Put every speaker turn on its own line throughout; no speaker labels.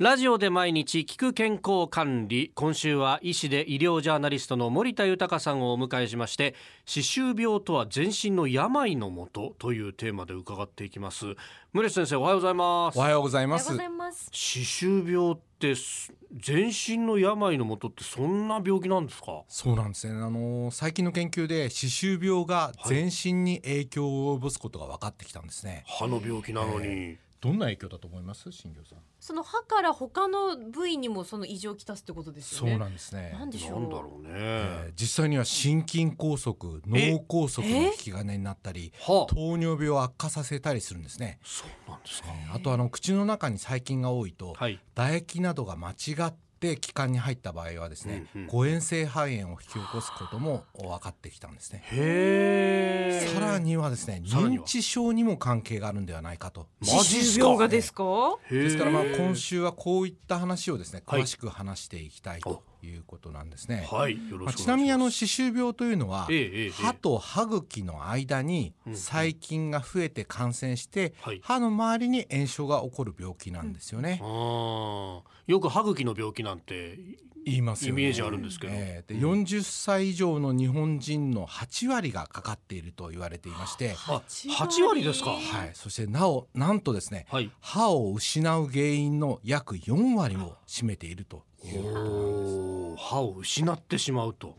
ラジオで毎日聞く健康管理今週は医師で医療ジャーナリストの森田豊さんをお迎えしまして歯周病とは全身の病のもとというテーマで伺っていきます森田先生おはようございます
おはようござい
お
ま
はよう
す
ございます。
歯周病ってす全身の病のもとってそんな病気なんですか
そうなんですねあの最近の研究で歯周病が全身に影響を及ぼすことが分かってきたんですね、
歯の病気なのに、
どんな影響だと思います新業さん
その歯から他の部位にもその異常をきたすってことですよ
そう
ね。
なんですね
なんでし
な
ょう。
んだろうね、
えー実際には心筋梗塞脳梗塞の引き金になったり
はあ、
糖尿病を悪化させたりするんですね、
そうなんですか
えーあとあの口の中に細菌が多いと
はい
唾液などが間違って気管に入った場合はですね、
うんうん
誤嚥性肺炎を引き起こすことも分かってきたんですね
へえ
さらにはですね
さらに
認
は
知症にも関係があるんではないかと
マジっすか
病がですか。
ですからまあ
へえ
今週はこういった話をですね
はい
詳しく話していきたいということなんですね。
はいよろしくお願い
まあ、
します
ちなみにあの歯周病というのは
ええええええ
歯と歯茎の間に
うん
細菌が増えて感染して
はい
歯の周りに炎症が起こる病気なんですよね。
あーよく歯茎の病気なんて
言います
イ
よね。
メージあるんですけど、
ええで40歳以上の日本人の8割がかかっていると言われていまして、
あ八割ですか
はい、そしてなおなんとですね
はい
歯を失う原因の約4割を占めているということなんです。
おー歯を失ってしまうと、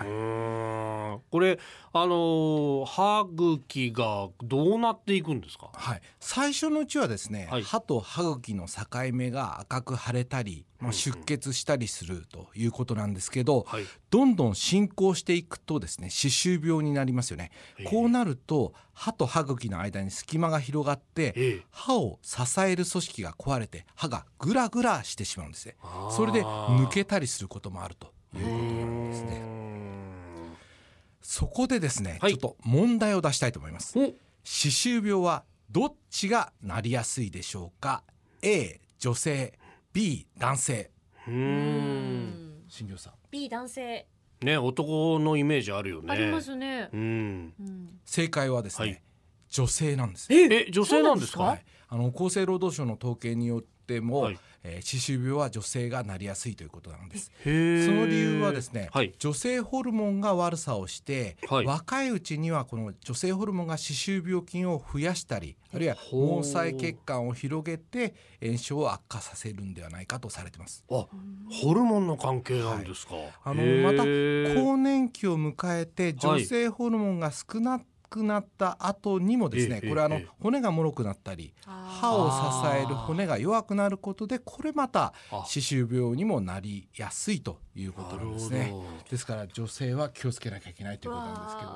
うーんこれあのー歯茎がどうなっていくんですか
はい、最初のうちはですね、
はい
歯と歯茎の境目が赤く腫れたり、ま
うんう
あ、
ん
出血したりするということなんですけど、
はい
どんどん進行していくとですね歯周病になりますよね、
ええ
こうなると歯と歯茎の間に隙間が広がって
ええ
歯を支える組織が壊れて歯がグラグラしてしまうんですね
あー
それで抜けたりすることもあるということなんです
うー
ね
ん
そこでですね、
はい
ちょっと問題を出したいと思います
お
歯周病はどっちがなりやすいでしょうか A 女性 B 男性
うー
うー
ん
ん。
新庄さん
B 男性
ね男のイメージあるよね
ありますね
う。ん
うん。
正解はですね、
はい
女性なんです
え女性なんです
は
か
い、あの厚生労働省の統計によっても、
はい
えー歯周病は女性がなりやすいということなんです
そ
その理由はですね、
はい
女性ホルモンが悪さをして、
はい
若いうちにはこの女性ホルモンが歯周病菌を増やしたりあるいは毛細血管を広げて炎症を悪化させるんではないかとされてます。
あホルモンの関係なんですか、
あの
へー
また更年期を迎えて
はい
女性ホルモンが少なくなった後にもですね、
ええ
これあの
ええ
骨が脆くなったり歯
歯
を支える骨が弱くなることでこれまた
あ
歯周病にもなりやすいということなんですね。ですから女性は気をつけなきゃいけないということなんですけど。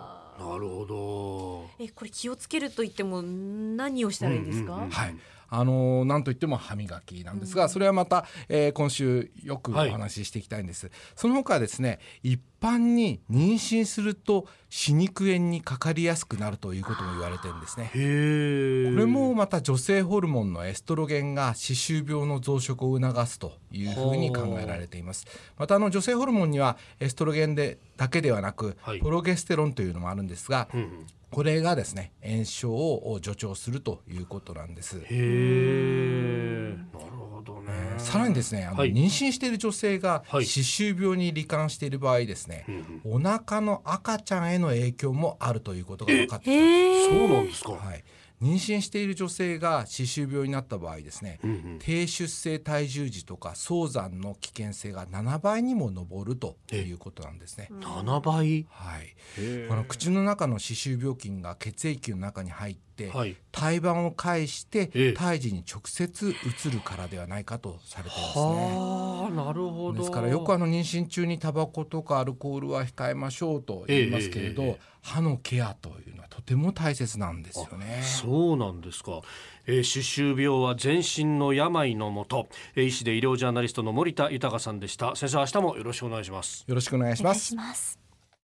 なるほど
えこれ気をつけると言っても何をしたらいいんです
うんうんう
か
ん。
はい、あのーなんといっても歯磨きなんですが、
うん
それはまた、えー今週よくお
はい
話ししていきたいんです、その他ですね一般に妊娠すると歯肉炎にかかりやすくなるということも言われてるんですね
へえ
これもまた女性ホルモンのエストロゲンが歯周病の増殖を促すというふうに考えられていますまたあの女性ホルモンにはエストロゲンでだけではなく、
はい
プロゲステロンというのもあるんですが、
うんうん
これがですね炎症を助長するということなんです。
へえなるほどね
さらにですね、あの
はい
妊娠している女性が
はい
歯周病に罹患している場合ですね、
うんうん
お腹の赤ちゃんへの影響もあるということが分かってき
へえ。
そうなんですか、
た、はい、妊娠している女性が歯周病になった場合ですね、
うんうん
低出生体重児とか早産の危険性が7倍にも上るということなんですね。
七倍
はい、この口の中の歯周病菌が血液の中に入って、
はい
胎盤を介して
え
胎児に直接移るからではないかとされていますね。
はあなるほど
ですからよくあの妊娠中にタバコとかアルコールは控えましょうと言いますけれど、
ええええ
歯のケアというのはとても大切なんですよね。
そうなんですか、えー、歯周病は全身の病のもと、えー、医師で医療ジャーナリストの森田豊さんでした先生明日もよろしくお願いします
よろしくお願いし
お願
ま
い
す
し。ます。